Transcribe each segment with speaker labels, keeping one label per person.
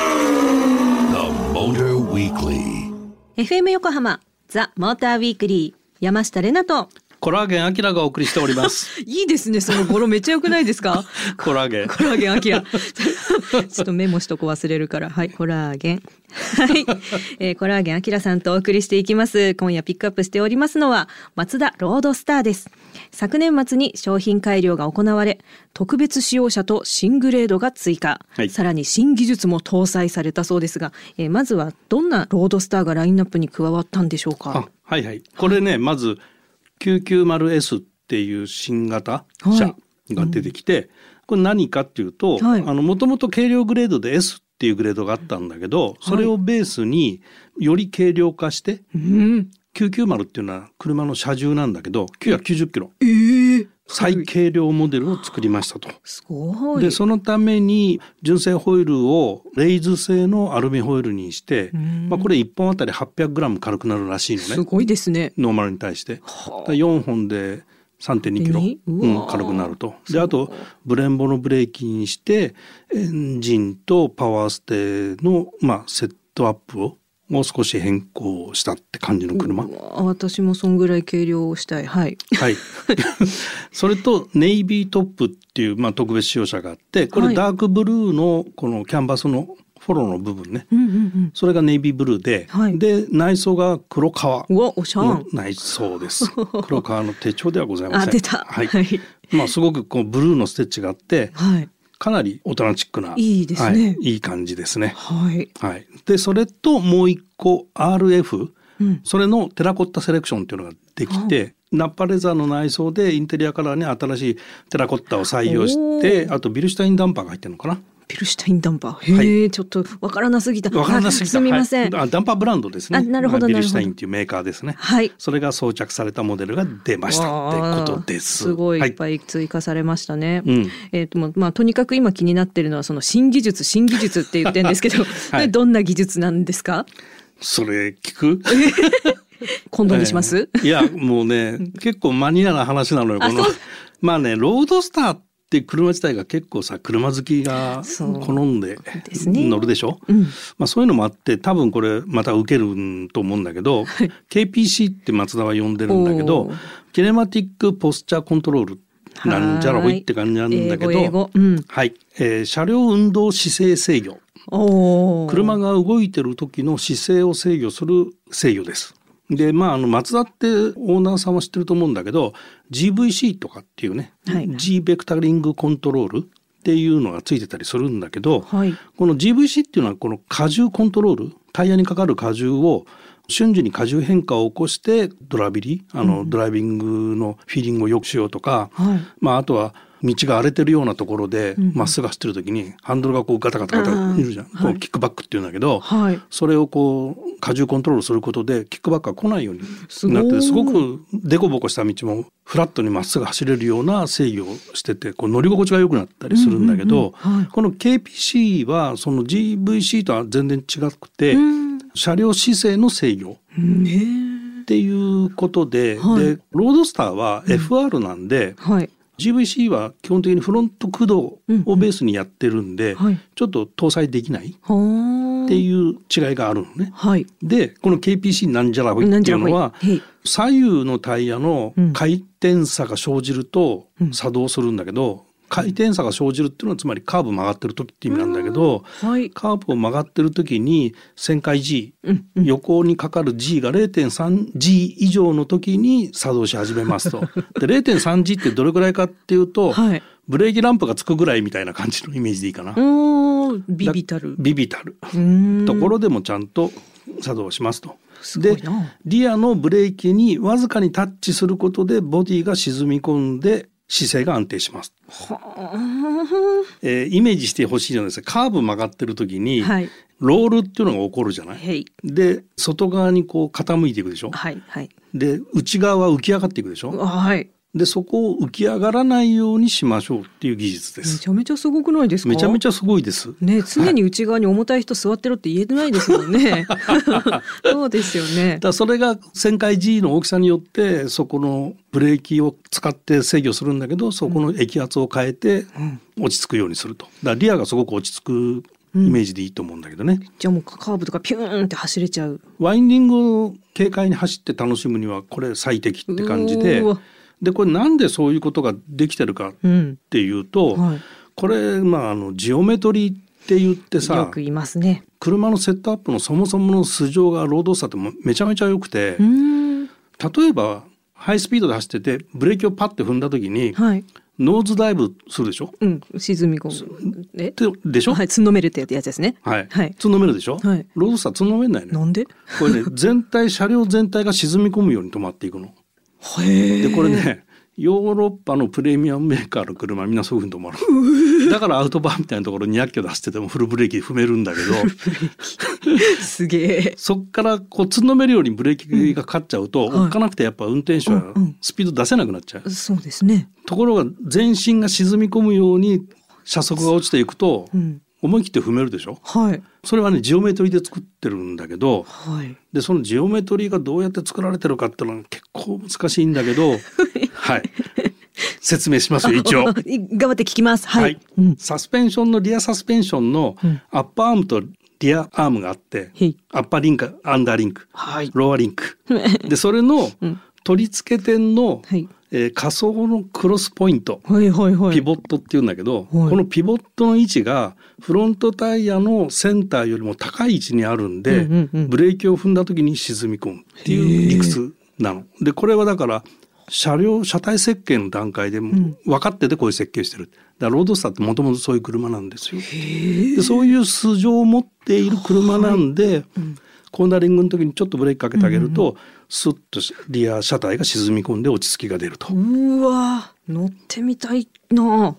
Speaker 1: The Motor Weekly.
Speaker 2: FM 横浜ザ・モーターウィークリー山下れなと
Speaker 3: コラーゲンアキラがお送りしており ます。
Speaker 2: いいですねその語呂めっちゃ良くないですか
Speaker 3: コラーゲン。
Speaker 2: コラーゲンアキラ ちょっとメモしとこ忘れるからはいコラーゲンはい、えーコラーゲンアキラさんとお送りしていきます今夜ピックアップしておりますのは松田ロードスターです昨年末に商品改良が行われ特別使用車と新グレードが追加、
Speaker 3: はい
Speaker 2: さらに新技術も搭載されたそうですが、えーまずはどんなロードスターがラインナップに加わったんでしょうか
Speaker 3: あ、はいはい。これね、まず 990S っていう新型
Speaker 2: は
Speaker 3: 車が出てきて、これ何かっていうと、
Speaker 2: はい
Speaker 3: あのもともと軽量グレードで S っていうグレードがあったんだけど、それをベースにより軽量化して、
Speaker 2: うん
Speaker 3: 990っていうのは車の車重なんだけど、990キロ
Speaker 2: ええ
Speaker 3: 最軽量モデルを作りましたと。
Speaker 2: すごい。
Speaker 3: でそのために純正ホイールをレイズ製のアルミホイールにして、
Speaker 2: ん
Speaker 3: まあ、これ1本あたり 800g 軽くなるらしいの
Speaker 2: す
Speaker 3: ね
Speaker 2: ごいですね。
Speaker 3: ノーマルに対してだか
Speaker 2: は
Speaker 3: ら4本で3 2キロ、
Speaker 2: うわ
Speaker 3: うん、軽くなるとであとブレンボのブレーキにしてエンジンとパワーステの、まあ、セットアップをもう少し変更したって感じの車
Speaker 2: うわ私もそんぐらい計量をしたい。はい。
Speaker 3: はい、それとネイビートップっていう、まあ、特別仕様車があってこ
Speaker 2: はい
Speaker 3: れダークブルーのこのキャンバスのフォローの部分ね
Speaker 2: うんうん
Speaker 3: それがネイビーブルーで、
Speaker 2: はい
Speaker 3: で内装が黒革
Speaker 2: うん。うわおしゃ
Speaker 3: の
Speaker 2: ん。
Speaker 3: 内装です 黒革の手帳ではございませ
Speaker 2: あ
Speaker 3: ん
Speaker 2: 出た。
Speaker 3: はい
Speaker 2: はい。
Speaker 3: まあ、すごくこうブルーのステッチがあって
Speaker 2: はい。
Speaker 3: かなり大人チックない
Speaker 2: いですね
Speaker 3: はい、いい感じですね。
Speaker 2: はい。
Speaker 3: はい、でそれともう一個 RF
Speaker 2: うん。
Speaker 3: それのテラコッタセレクションっていうのができて、ナッパレザーの内装でインテリアカラーに新しいテラコッタを採用して
Speaker 2: おー
Speaker 3: あとビルシュタインダンパーが入ってるのかな
Speaker 2: ピルシュタインダンパー。へえ、ちょっとわからなすぎた。
Speaker 3: わからなすぎた
Speaker 2: あすみません。
Speaker 3: はいあダンパーブランドですね
Speaker 2: あなるほど
Speaker 3: まあビ
Speaker 2: なるほど
Speaker 3: ルシュタインっていうメーカーですね
Speaker 2: はい。
Speaker 3: それが装着されたモデルが出ましたってことです
Speaker 2: わあすごいい
Speaker 3: は
Speaker 2: っぱい追加されましたね。
Speaker 3: うん
Speaker 2: えっ、ともうまあとにかく今気になってるのはその新技術新技術って言ってるんですけ ど、
Speaker 3: い
Speaker 2: これどんな技術なんですか？
Speaker 3: それ聞く
Speaker 2: 今度にします？
Speaker 3: えーいやもうね結構マニアな話なのよこの
Speaker 2: あそう
Speaker 3: まあねロードスターって車自体が結構さ車好きが
Speaker 2: そう
Speaker 3: 好んで
Speaker 2: ですね
Speaker 3: 乗るでしょ
Speaker 2: うん。
Speaker 3: まあ、そういうのもあって多分これまた受けると思うんだけど、KPC って松田は呼んでるんだけ
Speaker 2: お
Speaker 3: ど
Speaker 2: ー
Speaker 3: キネマティック・ポスチャー・コントロールなんじゃらほいって感じなんだけど
Speaker 2: 英語英語うん
Speaker 3: はいえー車両運動姿勢制御
Speaker 2: おー
Speaker 3: 車が動いてる時の姿勢を制御する制御です。でまあ、あの松田ってオーナーさんは知ってると思うんだけど GVC とかっていうね、
Speaker 2: はい
Speaker 3: G ベクタリングコントロールっていうのがついてたりするんだけど、
Speaker 2: はい
Speaker 3: この GVC っていうのはこの荷重コントロールタイヤにかかる荷重を瞬時に荷重変化を起こしてドラビリあの、ドライビングのフィーリングを良くしようとか、
Speaker 2: はい
Speaker 3: まあ、あとは道が荒れてるようなところで
Speaker 2: うん
Speaker 3: まっすぐ走ってる時にハンドルがこうガタガタガ
Speaker 2: あ
Speaker 3: タ
Speaker 2: ー
Speaker 3: いるじゃん、
Speaker 2: はい
Speaker 3: こうキックバックっていうんだけど、
Speaker 2: はい
Speaker 3: それをこう荷重コントロールすることでキックバックが来ないように
Speaker 2: すごい
Speaker 3: なっててすごく凸凹した道もフラットにまっすぐ走れるような制御をしててこう乗り心地が良くなったりするんだけど、
Speaker 2: うんうんうんはい
Speaker 3: この KPC はその GVC とは全然違くて、
Speaker 2: うん
Speaker 3: 車両姿勢の制御
Speaker 2: ね
Speaker 3: っていうことで,、
Speaker 2: はい
Speaker 3: でロードスターは FR なんで、
Speaker 2: はい
Speaker 3: GVC は基本的にフロント駆動をベースにやってるんで、
Speaker 2: はい
Speaker 3: ちょっと搭載できないっ
Speaker 2: はー
Speaker 3: ていう違いがあるのね。
Speaker 2: はい
Speaker 3: でこの KPC なんじゃらほい
Speaker 2: なん
Speaker 3: って
Speaker 2: じ
Speaker 3: い
Speaker 2: ゃ
Speaker 3: う
Speaker 2: らほい
Speaker 3: のは
Speaker 2: はい
Speaker 3: 左右のタイヤの
Speaker 2: うん
Speaker 3: 回転差が生じると
Speaker 2: うん
Speaker 3: 作動するんだけど、回転差が生じるっていうのはつまりカーブ曲がってる時って意味なんだけど、
Speaker 2: はい
Speaker 3: カーブを曲がってる時に旋回 G、
Speaker 2: うん
Speaker 3: 横にかかる G が 0.3G 以上の時に作動し始めますと。で 0.3G ってどれぐらいかっていうと、
Speaker 2: はい
Speaker 3: ブレーキランプがつくぐらいみたいな感じのイメージでいいかな。
Speaker 2: おービビたる
Speaker 3: ビビたると
Speaker 2: と
Speaker 3: ころでもちゃんと作動しますと。
Speaker 2: すご
Speaker 3: で
Speaker 2: いな
Speaker 3: リアのブレーキにわずかにタッチすることでボディが沈み込んで姿勢が安定します。
Speaker 2: は
Speaker 3: えーイメージしてほしいのはですねカーブ曲がってる時に
Speaker 2: ーはい
Speaker 3: ロールっていうのが起こるじゃない。
Speaker 2: へい
Speaker 3: で外側にこう傾いていくでしょ。
Speaker 2: はいはい
Speaker 3: で内側は浮き上がっていくでしょ。
Speaker 2: はい
Speaker 3: でそこを浮き上がらないようにしましょうっていう技術で
Speaker 2: め
Speaker 3: す。
Speaker 2: ちゃめちゃすごくないですか
Speaker 3: めちゃめちゃすごいです。
Speaker 2: ね常に内側に重たい人座ってろって言えてないですもんね そうですよね
Speaker 3: だからそれが旋回 G の大きさによってそこのブレーキを使って制御するんだけどそこの液圧を変えて
Speaker 2: ん
Speaker 3: 落ち着くようにするとだからリアがすごく落ち着くイメージでいいと思うんだけどね、
Speaker 2: じゃあもうカーブとかピューンって走れちゃう
Speaker 3: ワインディングを軽快に走って楽しむにはこれ最適って感じで
Speaker 2: うわ
Speaker 3: でこれなんでそういうことができてるかっ
Speaker 2: うん
Speaker 3: ていうと、
Speaker 2: はい
Speaker 3: これまああのジオメトリーって言って
Speaker 2: よ
Speaker 3: さ
Speaker 2: く言いますね
Speaker 3: 車のセットアップのそもそもの素性がロード差ってもめちゃめちゃ良くて
Speaker 2: うーん
Speaker 3: 例えばハイスピードで走っててブレーキをパッて踏んだ時に
Speaker 2: はい
Speaker 3: ノーズダイブするでしょ
Speaker 2: うん沈み込むえ
Speaker 3: ででしょ
Speaker 2: はいつんのめるってやつですね
Speaker 3: はい、
Speaker 2: はい
Speaker 3: つんのめるでしょ、
Speaker 2: はい
Speaker 3: ロード差つんのめんないね
Speaker 2: なんで
Speaker 3: これね全体車両全体が沈み込むように止まっていくの。
Speaker 2: へ
Speaker 3: でこれねヨーロッパのプレミアムメーカーの車みんなそういうふうに止ま るだからアウトバーンみたいなところ200キロ出しててもフルブレーキ踏めるん だけど
Speaker 2: すげえ
Speaker 3: そっからこうつんのめるようにブレーキがかかっちゃう
Speaker 2: は
Speaker 3: と、
Speaker 2: い
Speaker 3: おっかなくてやっぱ運転手は
Speaker 2: うんうん
Speaker 3: スピード出せなくなっちゃう、
Speaker 2: そうですね
Speaker 3: ところが全身が沈み込むように車速が落ちていくと、
Speaker 2: うん
Speaker 3: 思い切って踏めるでしょ
Speaker 2: はい
Speaker 3: それはねジオメトリーで作ってるんだけど
Speaker 2: はい
Speaker 3: でそのジオメトリーがどうやって作られてるかっていうのは結構難しいんだ けどはい説明しますよ一応。
Speaker 2: あ い頑張って聞きますはい、
Speaker 3: はい
Speaker 2: うん
Speaker 3: サスペンションのリアサスペンションの
Speaker 2: うん
Speaker 3: アッパーアームとリアアームがあって、
Speaker 2: へい
Speaker 3: アッパーリンクアンダーリンク、
Speaker 2: はい
Speaker 3: ローアリン クでそれの
Speaker 2: ん
Speaker 3: 取り付け点の、
Speaker 2: はい
Speaker 3: えー仮想のクロスポイント、
Speaker 2: はいはいはい
Speaker 3: ピボットっていうんだけど、
Speaker 2: はい
Speaker 3: このピボットの位置がフロントタイヤのセンターよりも高い位置にあるんで、
Speaker 2: うんうんうん
Speaker 3: ブレーキを踏んだ時に沈み込むっていう理屈なの。でこれはだから車両車体設計の段階でも分かっててこういう設計してる。だからロードスターってもともとそういう車なんですよ。でそういう素性を持っている車なんで、コーナリングの時にちょっとブレーキかけてあげると、スッとリア車体が沈み込んで落ち着きが出ると。
Speaker 2: うわ乗ってみたいな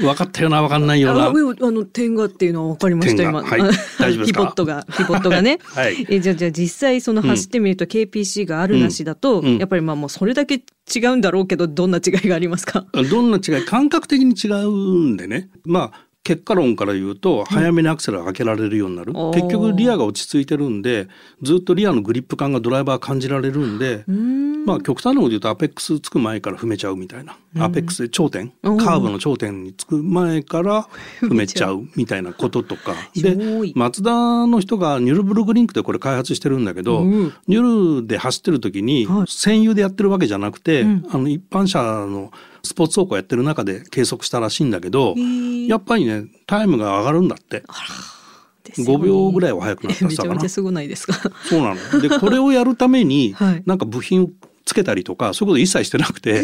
Speaker 3: 分かったような分かんないよう
Speaker 2: あ
Speaker 3: な
Speaker 2: あ。の点がっていうのは分かりました
Speaker 3: 点が
Speaker 2: 今、
Speaker 3: はい大丈夫ですか
Speaker 2: ピボットがピボットがね、
Speaker 3: はい
Speaker 2: えじゃあじゃあ実際その走ってみると KPC があるなしだと、
Speaker 3: うんうん
Speaker 2: やっぱりまあもうそれだけ違うんだろうけどどんな違いがありますか
Speaker 3: どんな違い感覚的に違うんでねまあ結果論から言うと早めにアクセルがかけられるようになる、
Speaker 2: おー
Speaker 3: 結局リアが落ち着いてるんでずっとリアのグリップ感がドライバーは感じられるんで、
Speaker 2: うん
Speaker 3: まあ極端なこと言うとアペックスつく前から踏めちゃうみたいな、アペックスで頂点
Speaker 2: おー
Speaker 3: カーブの頂点につく前から踏めちゃうみたいなこと とかで
Speaker 2: 多い
Speaker 3: マツダの人がニュルブルグリンクでこれ開発してるんだけど、
Speaker 2: うん
Speaker 3: ニュルで走ってる時に
Speaker 2: はい
Speaker 3: 専用でやってるわけじゃなくて、
Speaker 2: うん
Speaker 3: あの一般車のスポーツ走行やってる中で計測したらしいんだけど、
Speaker 2: へー
Speaker 3: やっぱりねタイムが上がるんだって5秒ぐら
Speaker 2: い
Speaker 3: いは速くな
Speaker 2: め
Speaker 3: ったはず
Speaker 2: ち
Speaker 3: だ
Speaker 2: ゃ
Speaker 3: か
Speaker 2: め
Speaker 3: な
Speaker 2: ちゃ。すごないですか、
Speaker 3: そうなの。で、これをやるために
Speaker 2: はい
Speaker 3: なんか部品をつけたりとか、そういうこと一切してなくて、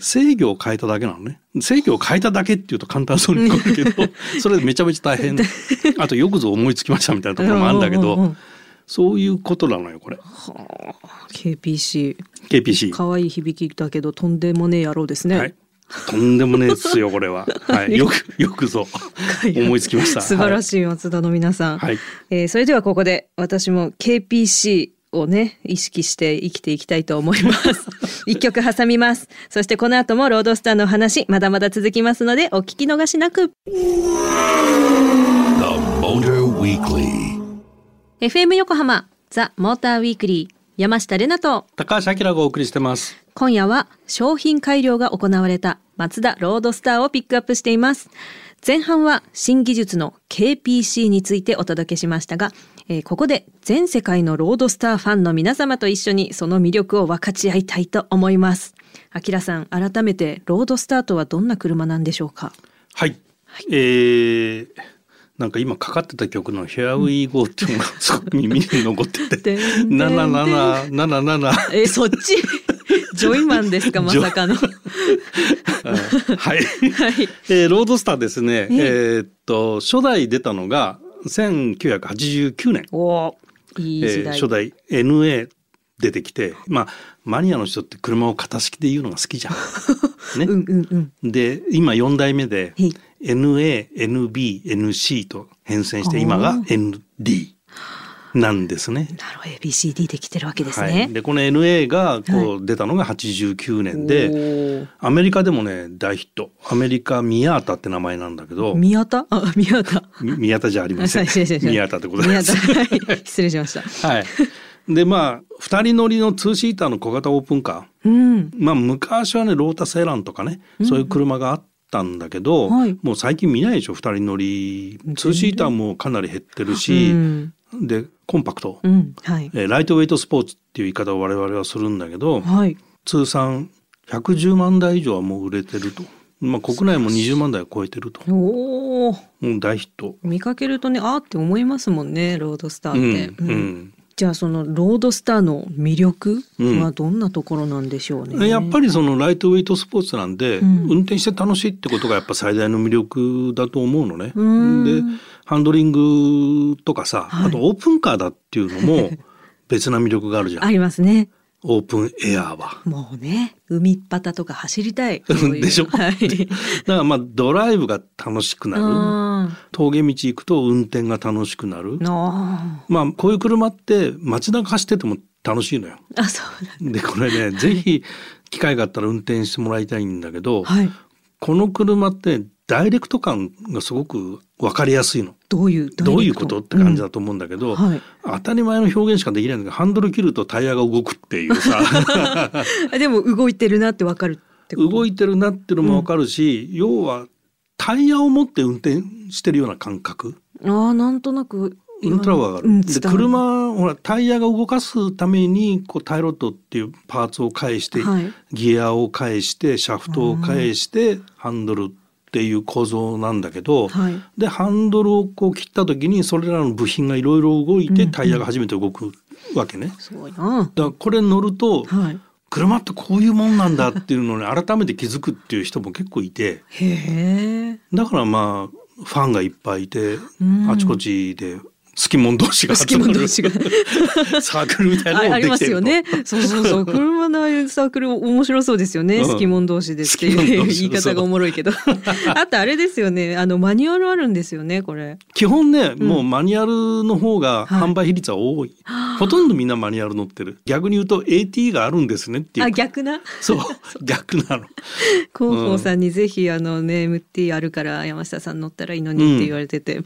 Speaker 3: 制御を変えただけなのね。制御を変えただけっていうと簡単そうに聞こえるけど、 それめちゃめちゃ 大変。あと、よくぞ思いつきましたみたいなところもあるんだけ
Speaker 2: うんうんう
Speaker 3: ど
Speaker 2: ん、
Speaker 3: そういうことなのよ、これ。
Speaker 2: KPC
Speaker 3: KPC。
Speaker 2: 可愛い響きだけどとんでもねえ野郎ですね、
Speaker 3: はい。とんでもねえっすよ、これは。 はい。よく、よくぞ思いつきました。
Speaker 2: 素晴ら
Speaker 3: い。
Speaker 2: しい松田の皆さん、
Speaker 3: はい
Speaker 2: えーそれではここで私も KPC をね意識して生きていきたいと思います 一曲挟みますそしてこの後もロードスターのお話まだまだ続きますのでお聞き逃しなく
Speaker 1: The Motor Weekly.
Speaker 2: FM 横浜ザ・モーターウィークリー山下れなと
Speaker 3: 高橋明がお送りしてます。
Speaker 2: 今夜は商品改良が行われたマツダロードスターをピックアップしています。前半は新技術の KPC についてお届けしましたが、えーここで全世界のロードスターファンの皆様と一緒にその魅力を分かち合いたいと思います。あきらさん、改めてロードスターとはどんな車なんでしょうか
Speaker 3: はい。えーなんか今かかってた曲の「Here We Go」っていうのがすごく耳に残って て
Speaker 2: てんてん
Speaker 3: 「
Speaker 2: てん
Speaker 3: 7777」
Speaker 2: えーそっちジョイマンですかまさかの。
Speaker 3: はい、えーロードスターですね、えーっと初代出たのが1989年、
Speaker 2: おーいい時
Speaker 3: えー
Speaker 2: 代。
Speaker 3: 初代 NA 出てきてまあマニアの人って車を型式で言うのが好き じゃん。ね
Speaker 2: うんうんうん。
Speaker 3: で今4代目で
Speaker 2: はい
Speaker 3: NANBNC と変遷して今が
Speaker 2: お
Speaker 3: ND なんですね。
Speaker 2: なるほど ABCD できてるわけです
Speaker 3: はい、
Speaker 2: ね。
Speaker 3: でこの NA がこう出たのが89年で、
Speaker 2: おー
Speaker 3: アメリカでもね大ヒットアメリカミヤータって名前なんだけどみ
Speaker 2: 宮田あ宮田。
Speaker 3: 宮田じゃあり ませ
Speaker 2: は
Speaker 3: ん
Speaker 2: い失礼しました
Speaker 3: ミヤータでございます。
Speaker 2: 宮田はい失礼しました。
Speaker 3: はい、でまあ2人乗りの2シーターの小型オープンカー
Speaker 2: うん。
Speaker 3: まあ昔はねロータスエランとかねそういう車があったんだけど、
Speaker 2: はい
Speaker 3: もう最近見ないでしょ二人乗りツーシーターもかなり減ってるし、
Speaker 2: うん
Speaker 3: でコンパクト、
Speaker 2: うん、はい。
Speaker 3: えーライトウェイトスポーツっていう言い方を我々はするんだけど、
Speaker 2: はい。
Speaker 3: 通算110万台以上はもう売れてると、まあ、国内も20万台を超えてると
Speaker 2: おお、
Speaker 3: もう大ヒット。
Speaker 2: 見かけるとね、あーって思いますもんね、ロードスターって。
Speaker 3: うん
Speaker 2: うんじゃあそのロードスターの魅力はどんなところなんでしょうね。
Speaker 3: うんやっぱりそのライトウェイトスポーツなんで、
Speaker 2: うん
Speaker 3: 運転して楽しいってことがやっぱ最大の魅力だと思うのね。
Speaker 2: うん
Speaker 3: でハンドリングとかさ、
Speaker 2: はい
Speaker 3: あとオープンカーだっていうのも別な魅力があるじゃん
Speaker 2: ありますね。
Speaker 3: オープンエアーは。
Speaker 2: もうね、海っ端とか走りたい。そういう
Speaker 3: でしょ
Speaker 2: はい。
Speaker 3: だからまあドライブが楽しくなる
Speaker 2: あ
Speaker 3: 峠道行くと運転が楽しくなる
Speaker 2: ーあ
Speaker 3: まあこういう車って街中走ってても楽しいのよ。
Speaker 2: ー。あ、そうだ。
Speaker 3: でこれねぜひ機会があったら運転してもらいたいんだけど、
Speaker 2: はい。
Speaker 3: この車ってダイレクト感がすごく分かりやすいの。
Speaker 2: どういう
Speaker 3: どういうことって感じ
Speaker 2: だ
Speaker 3: だと思うんだけど、
Speaker 2: はい
Speaker 3: 当たり前の表現しかできないんだけどハンドル切るとタイヤが動くっていうさ
Speaker 2: あでも動いてるなってわかるってこと。
Speaker 3: 動いてるなっていうのも分かるし、要はタイヤを持って運転してるような感覚。
Speaker 2: ああなんとなく
Speaker 3: ウルトラは上がる、
Speaker 2: うん
Speaker 3: で
Speaker 2: 伝わる
Speaker 3: 車ほらタイヤが動かすためにこうタイロットっていうパーツを返して、
Speaker 2: はい
Speaker 3: ギアを返してシャフトを返して、ハンドルっていう構造なんだけど、
Speaker 2: はい
Speaker 3: でハンドルをこう切った時にそれらの部品がいろいろ動いて、タイヤが初めて動くわけね。
Speaker 2: すごいな。
Speaker 3: だからこれ乗ると、
Speaker 2: はい。
Speaker 3: 車ってこういうもんなんだっていうのに改めて気づくっていう人も結構いて
Speaker 2: へえ。
Speaker 3: だからまあファンがいっぱいいて、
Speaker 2: うん
Speaker 3: あちこちで好き者同士が
Speaker 2: 好き
Speaker 3: 集ま
Speaker 2: 者
Speaker 3: る
Speaker 2: 同士が
Speaker 3: サークルみたいなの
Speaker 2: あ
Speaker 3: も
Speaker 2: あ
Speaker 3: で
Speaker 2: りま
Speaker 3: きて
Speaker 2: す
Speaker 3: る
Speaker 2: よ
Speaker 3: と
Speaker 2: ね。そうそう そう。車のああいうサークル面白そうですよね。
Speaker 3: うん
Speaker 2: 好き者同士でっていう
Speaker 3: 好き者 同
Speaker 2: 言
Speaker 3: 士
Speaker 2: い方がおもろいけど。あとあれですよね。あのマニュアルあるんですよね。これ。
Speaker 3: 基本ね、もうマニュアルの方が販売比率は多い、ほとんどみんなマニュアル乗ってる逆に言うと AT があるんですねっていう
Speaker 2: あ逆な。
Speaker 3: そう 逆なの
Speaker 2: 広報さんにぜひあのね MT あるから山下さん乗ったらいいのにって言われてて、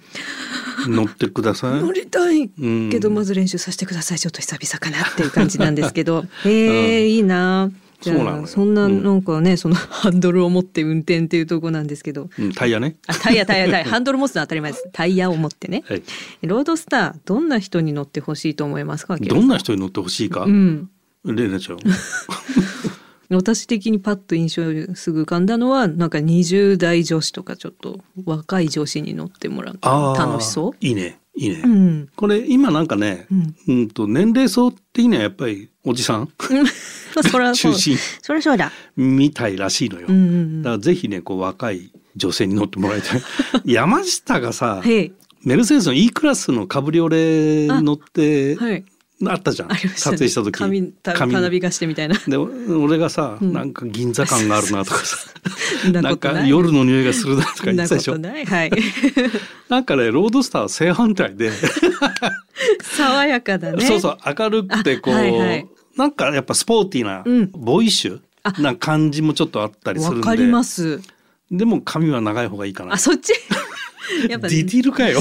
Speaker 3: 乗ってください
Speaker 2: 乗りたい
Speaker 3: うん
Speaker 2: けどまず練習させてくださいちょっと久々かなっていう感じなんですけ どへえ、いいなじゃ
Speaker 3: そうなの
Speaker 2: あ
Speaker 3: よ
Speaker 2: そんな
Speaker 3: うん
Speaker 2: なんかね、その ハンドルを持って運転っていうとこなんですけど
Speaker 3: うんタイヤね
Speaker 2: あタイヤタイヤ タイヤハンドル持つのは当たり前ですタイヤを持ってね、
Speaker 3: はい
Speaker 2: ロードスターどんな人に乗ってほしいと思いますか
Speaker 3: どんな人に乗ってほしいか、
Speaker 2: うん
Speaker 3: レイナちゃん
Speaker 2: 私的にパッと印象すぐ浮かんだのはなんか20代女子とかちょっと若い女子に乗ってもらう
Speaker 3: あ
Speaker 2: と
Speaker 3: ー
Speaker 2: 楽しそ
Speaker 3: いいねいいね、
Speaker 2: う。うん、
Speaker 3: これ今なんかね、
Speaker 2: うん
Speaker 3: うんと年齢層的にはやっぱりおじさん
Speaker 2: それはそう
Speaker 3: 中心
Speaker 2: それはそうだ。
Speaker 3: みたいらしいのよ、
Speaker 2: うんうん
Speaker 3: だからぜひねこう若い女性に乗ってもら いたい山下がさ
Speaker 2: うん。へい
Speaker 3: メルセデスの E クラスのカブリオレ乗ってあ,、
Speaker 2: はい。
Speaker 3: ったじゃん、
Speaker 2: ありました、
Speaker 3: 撮
Speaker 2: ね。
Speaker 3: 影した時
Speaker 2: 髪たた
Speaker 3: 髪
Speaker 2: なびがしてみたいな。
Speaker 3: でお俺がさ、
Speaker 2: うん
Speaker 3: なんか銀座感があるな とかさ
Speaker 2: な
Speaker 3: なん
Speaker 2: んか
Speaker 3: か
Speaker 2: ない。
Speaker 3: 夜の匂いがするなとか言ってたでしょ
Speaker 2: そんなことない。はい。
Speaker 3: なんかねロードスターは正反対で、
Speaker 2: 爽やかだね。
Speaker 3: そうそう明るくてこう、
Speaker 2: あはいはい
Speaker 3: なんかやっぱスポーティーな、
Speaker 2: うん
Speaker 3: ボーイッシ
Speaker 2: あ
Speaker 3: ュな感じもちょっとあったりするん
Speaker 2: わ
Speaker 3: で
Speaker 2: かります。
Speaker 3: でも髪は長い方がいいかな
Speaker 2: あ、そっち。 やっぱ、
Speaker 3: ディティー ルかよ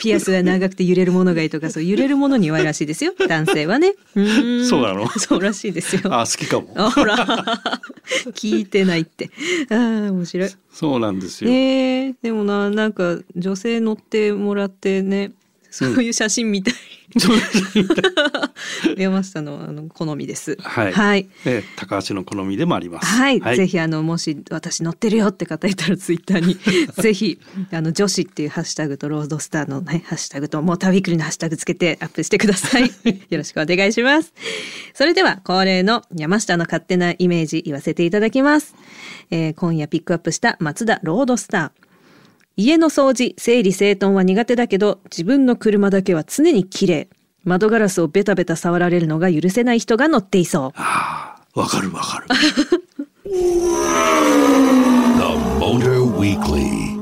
Speaker 2: ピアスは長くて揺れるものがいいとか、そう揺れるものに弱いらしい ですよ。男性はね。うーん
Speaker 3: そうなの
Speaker 2: そうらしいですよ。
Speaker 3: あ好きかも
Speaker 2: あほら 聞いてないってあー面白い
Speaker 3: そうなんですよ、
Speaker 2: えー、でもななんか女性乗ってもらってねそういう写真みたい、
Speaker 3: そうですね
Speaker 2: 山下のあの好みです。
Speaker 3: はい
Speaker 2: はい
Speaker 3: ええ高橋の好みでもあります
Speaker 2: はいぜ
Speaker 3: ぜ
Speaker 2: ひあのもし私乗ってるよって方いたらツイッターにぜひあの女子っていうハッシュタグとロードスターのねハッシュタグとモーターウィークリーのハッシュタグつけてアップしてくださいよろしくお願いしますそれでは恒例の山下の勝手なイメージ言わせていただきます、えー今夜ピックアップした松田ロードスター家の掃除、整理整頓は苦手だけど、自分の車だけは常に綺麗。窓ガラスをベタベタ触られるのが許せない人が乗っていそう。
Speaker 3: ああわかるわかる
Speaker 1: The Motor Weekly.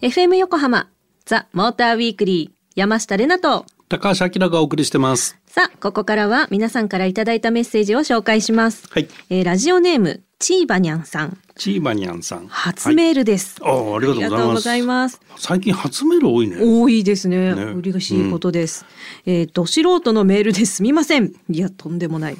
Speaker 2: FM 横浜、ザ・モーターウィークリー、山下れなと。
Speaker 3: 高橋明がお送りしてます
Speaker 2: さあ、ここからは皆さんからいただいたメッセージを紹介します。
Speaker 3: はい
Speaker 2: えーラジオネーム、チーバニャンさん
Speaker 3: チーバニャンさん。
Speaker 2: 初メールです、
Speaker 3: はいああありがとうござ
Speaker 2: あり
Speaker 3: います
Speaker 2: がとうございます
Speaker 3: 最近初メール多いね。
Speaker 2: 多いですね。
Speaker 3: ね
Speaker 2: 嬉しいことです。えーど素人のメールですみません。いや、とんでもない。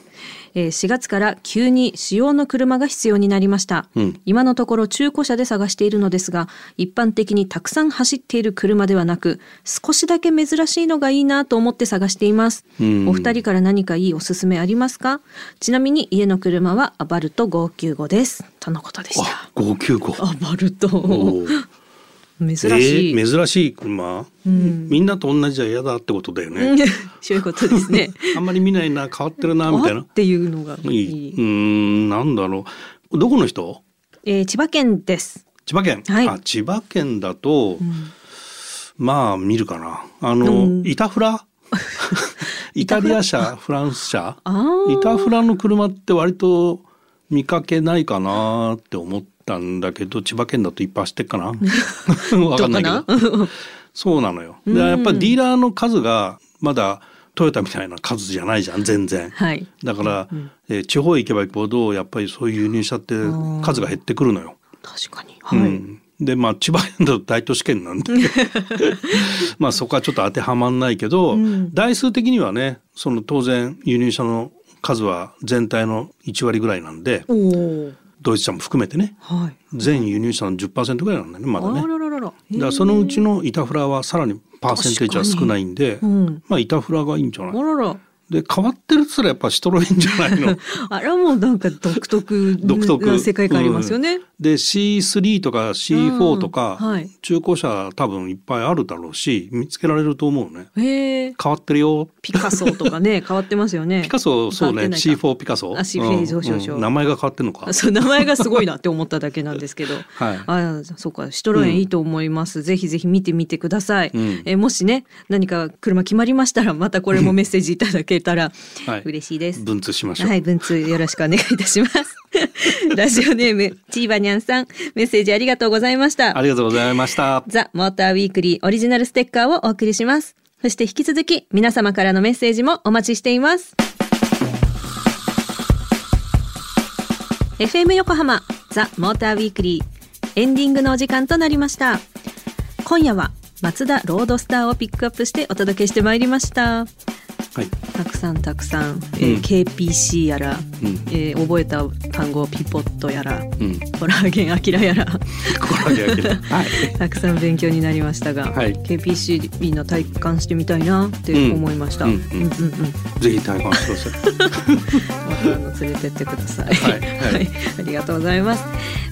Speaker 2: えー4月から急に使用の車が必要になりました、
Speaker 3: うん
Speaker 2: 今のところ中古車で探しているのですが、一般的にたくさん走っている車ではなく、少しだけ珍しいのがいいなと思って探しています。
Speaker 3: うん
Speaker 2: お二人から何かいいおすすめありますかちなみに家の車はアバルト595です。とのことでした
Speaker 3: あ。、五九五。
Speaker 2: アバルト。
Speaker 3: おー
Speaker 2: 珍
Speaker 3: え
Speaker 2: しい。
Speaker 3: ー珍しい車、みんなと同じじゃ嫌だってことだよね。
Speaker 2: そういうことですね。
Speaker 3: あんまり見ないな変わってるなみたい
Speaker 2: あ
Speaker 3: な
Speaker 2: っ。ていうのが
Speaker 3: い
Speaker 2: い
Speaker 3: い。う
Speaker 2: い。
Speaker 3: ーんなんだろう。どこの人？
Speaker 2: えー千葉県です。
Speaker 3: 千葉県。
Speaker 2: はい
Speaker 3: あ千葉県だと、まあ見るかな。あの、
Speaker 2: うん
Speaker 3: イタフラ イタリア車フランス車
Speaker 2: あー
Speaker 3: イタフラの車って割と見かけないかなって思ったんだけど千葉県だといっぱい走ってっ かなわかんないけど
Speaker 2: どうかな
Speaker 3: そうなのよ。でやっぱりディーラーの数がまだトヨタみたいな数じゃないじゃん全然。
Speaker 2: はい。
Speaker 3: だから、えー地方へ行けば行くほどやっぱりそういう輸入車って数が減ってくるのよ。
Speaker 2: 確かに。はい。
Speaker 3: うん、でまあ千葉県だと大都市 圏なんでまあそこはちょっと当てはまんないけど、台数的にはねその当然輸入車の数は全体の1割ぐらいなんで
Speaker 2: おお。
Speaker 3: ドイツ車も含めてね
Speaker 2: はい。
Speaker 3: 全輸入車の10%ぐらいなんだねまだね。
Speaker 2: あらららら。
Speaker 3: だからそのうちのイタフラはさらにパーセンテージは少ないんで、
Speaker 2: うん
Speaker 3: まあイタフラがいいんじゃ
Speaker 2: あ
Speaker 3: ない
Speaker 2: らら。
Speaker 3: で変わってるっつったらやっぱシトロエンじゃないの
Speaker 2: あらもうなんか独特
Speaker 3: 独特
Speaker 2: な世界観ありますよね。
Speaker 3: うんで C3 とか C4 とか、
Speaker 2: うんはい
Speaker 3: 中古車多分いっぱいあるだろうし見つけられると思うね
Speaker 2: へえ。
Speaker 3: 変わってるよ
Speaker 2: ピカソとかね変わってますよね。
Speaker 3: ピカソそうね
Speaker 2: 変わってないか
Speaker 3: C4 ピカソ
Speaker 2: あ C4 上昇
Speaker 3: うんうん名前が変わってるのか
Speaker 2: あそう名前がすごいなって思っただけなんですけど。
Speaker 3: はい
Speaker 2: あそうかシトロエンいいと思います、ぜひぜひ見てみてください、
Speaker 3: うん
Speaker 2: えもしね何か車決まりましたらまたこれもメッセージいただけたら
Speaker 3: はい
Speaker 2: 嬉しいです、
Speaker 3: 文通しましょう、
Speaker 2: はい、文通よろしくお願いいたし ます。ラジオネーム、チーバニャンさん、メッセージありがとうございました
Speaker 3: あ。りがとうございました
Speaker 2: ザ・モーターウィークリーオリジナルステッカーをお送りします。そして引き続き、皆様からのメッセージもお待ちしています。FM 横浜、ザ・モーターウィークリー、エンディングのお時間となりました。今夜は、松田ロードスターをピックアップしてお届けしてまいりました。
Speaker 3: はい
Speaker 2: たくさんたくさん、えー
Speaker 3: うん
Speaker 2: KPC やら、
Speaker 3: うん
Speaker 2: えー覚えた単語ピポットやら
Speaker 3: うん
Speaker 2: コラーゲンアキラやら
Speaker 3: ここだけだけどはい
Speaker 2: たくさん勉強になりましたが、
Speaker 3: はい
Speaker 2: KPC の体感してみたいなって思いました。
Speaker 3: う
Speaker 2: うんん
Speaker 3: う
Speaker 2: うんん
Speaker 3: うん
Speaker 2: うん
Speaker 3: ぜひ体感してください
Speaker 2: またあの連れてってください。
Speaker 3: はいはい
Speaker 2: ありがとうございます。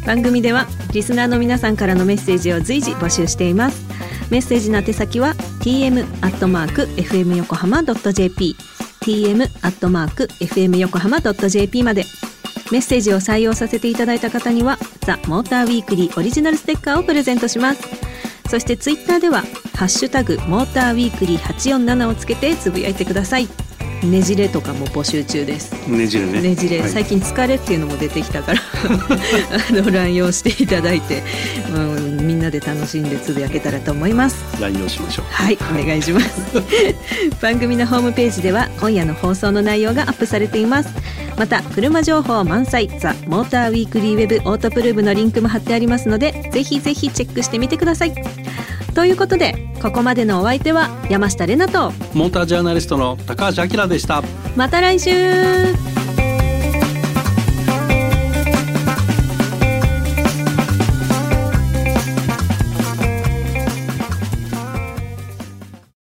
Speaker 2: 番組ではリスナーの皆さんからのメッセージを随時募集しています。メッセージの宛先は tm アットマーク fm 横浜 jp tm アットマーク fm 横浜 jp まで。メッセージを採用させていただいた方にはザ・モーターウィークリーオリジナルステッカーをプレゼントします。そしてツイッターではハッシュタグモーターウィークリー847をつけてつぶやいてください。ねじれとかも募集中です。
Speaker 3: ねじれね
Speaker 2: ねじれ、
Speaker 3: はい
Speaker 2: 最近疲れっていうのも出てきたから あの乱用していただいて、うんみんなで楽しんでつぶやけたらと思います。
Speaker 3: 乱用しましょう
Speaker 2: はい、お願いします。 番組のホームページでは今夜の放送の内容がアップされています。また、車情報満載、ザ・モーターウィークリーウェブオートプルーブのリンクも貼ってありますので、ぜひぜひチェックしてみてください。ということで、ここまでのお相手は山下れなと、
Speaker 3: モータージャーナリストの高橋明でした
Speaker 2: また来週